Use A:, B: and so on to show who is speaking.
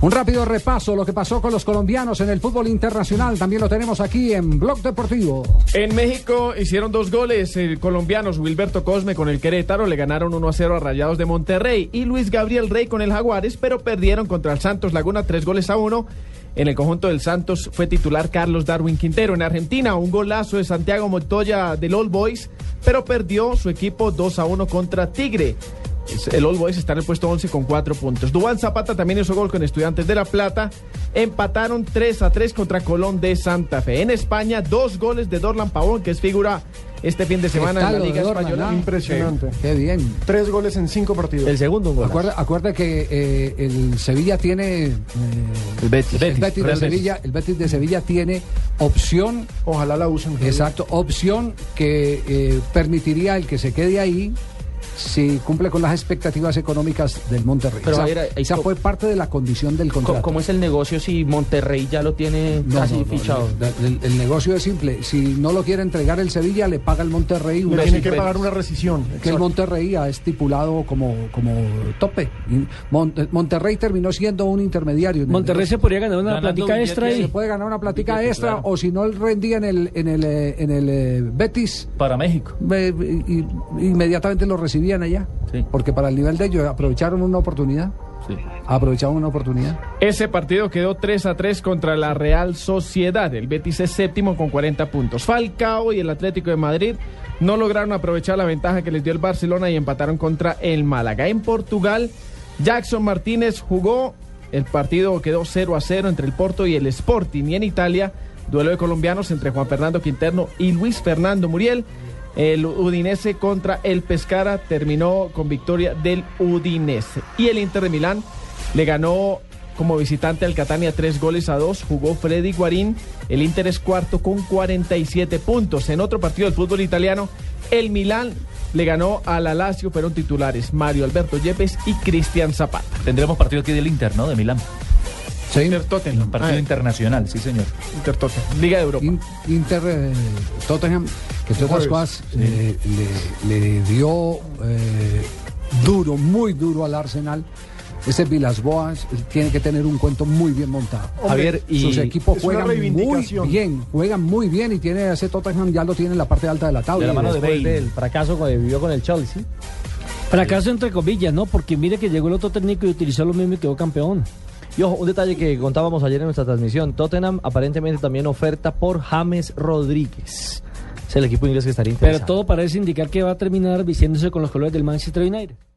A: Un rápido repaso lo que pasó con los colombianos en el fútbol internacional. También lo tenemos aquí en Blog Deportivo.
B: En México hicieron dos goles. El colombianos Wilberto Cosme con el Querétaro le ganaron 1 a 0 a Rayados de Monterrey y Luis Gabriel Rey con el Jaguares, pero perdieron contra el Santos Laguna tres goles a uno. En el conjunto del Santos fue titular Carlos Darwin Quintero. En Argentina, un golazo de Santiago Montoya del All Boys, pero perdió su equipo 2 a 1 contra Tigre. El All Boys está en el puesto 11 con 4 puntos. Dubán Zapata también hizo gol con Estudiantes de La Plata. Empataron 3 a 3 contra Colón de Santa Fe. En España, dos goles de Dorlan Pavón, que es figura este fin de semana en la Liga Dorman, Española.
C: ¿no? Impresionante.
A: Qué, qué bien.
C: Tres goles en cinco
A: ah?
C: partidos.
D: El segundo un gol.
A: Acuerda, acuerda, que eh, el Sevilla tiene. Eh,
D: el Betis.
A: El Betis, de Sevilla, el Betis de Sevilla tiene opción.
C: Ojalá la usen.
A: Exacto, opción que eh, permitiría el que se quede ahí si cumple con las expectativas económicas del Monterrey.
D: Pero
A: esa,
D: a ver, ahí
A: esa
D: co-
A: fue parte de la condición del contrato.
D: ¿Cómo es el negocio si Monterrey ya lo tiene
A: No,
D: casi
A: no, no,
D: fichado?
A: no, el, el negocio es simple. Si no lo quiere entregar el Sevilla, le paga el Monterrey
C: Le
A: una
C: tiene
A: cifra
C: que pagar
D: pues.
C: una rescisión.
A: que el Monterrey ha estipulado como, como tope. Y Mon- Monterrey terminó siendo un intermediario. en el
E: Monterrey se
A: negocio.
E: podría ganar una
F: Ganando
E: platica
F: billetes.
E: extra
A: se
E: ahí.
A: puede ganar una platica
F: Billete,
A: extra
F: claro.
A: o si no él rendía en el, en el, eh, en el eh, Betis.
F: Para México.
A: eh, y- inmediatamente lo recibían allá,
F: Sí.
A: porque para el nivel de ellos aprovecharon una oportunidad,
F: Sí.
A: aprovecharon una oportunidad.
B: Ese partido quedó 3 a 3 contra la Real Sociedad. El Betis es séptimo con 40 puntos. Falcao y el Atlético de Madrid no lograron aprovechar la ventaja que les dio el Barcelona y empataron contra el Málaga. En Portugal, Jackson Martínez jugó. El partido quedó 0 a 0 entre el Porto y el Sporting. Y en Italia, duelo de colombianos entre Juan Fernando Quinterno y Luis Fernando Muriel. El Udinese contra el Pescara terminó con victoria del Udinese. Y el Inter de Milán le ganó como visitante al Catania tres goles a dos. Jugó Freddy Guarín. El Inter es cuarto con 47 puntos. En otro partido del fútbol italiano, el Milán le ganó al Alacio, fueron titulares Mario Alberto Yepes y Cristian Zapata.
F: Tendremos partido aquí del Inter, ¿no? De Milán.
A: Sí.
B: Inter Tottenham.
F: Partido
B: Ah,
F: internacional, sí, señor.
B: Inter Tottenham. Liga de Europa.
A: In- Inter eh, Tottenham, que entre otras cosas eh, le, le dio eh, duro, muy duro al Arsenal. Ese Vilas Boas eh, tiene que tener un cuento muy bien montado.
D: Javier, y-
A: Sus equipos
C: es una
A: juegan muy
C: reivindicación.
A: bien, juegan muy bien y tiene ese Tottenham ya lo tiene en la parte alta de la tabla.
F: De la mano de
D: Después
F: Bale.
D: del fracaso que vivió con el Chelsea.
E: Fracaso entre comillas, ¿no? Porque mire que llegó el otro técnico y utilizó lo mismo y quedó campeón.
G: Y ojo, un detalle que contábamos ayer en nuestra transmisión. Tottenham aparentemente también oferta por James Rodríguez. Es el equipo inglés que estaría interesado.
E: Pero todo parece indicar que va a terminar vistiéndose con los colores del Manchester United.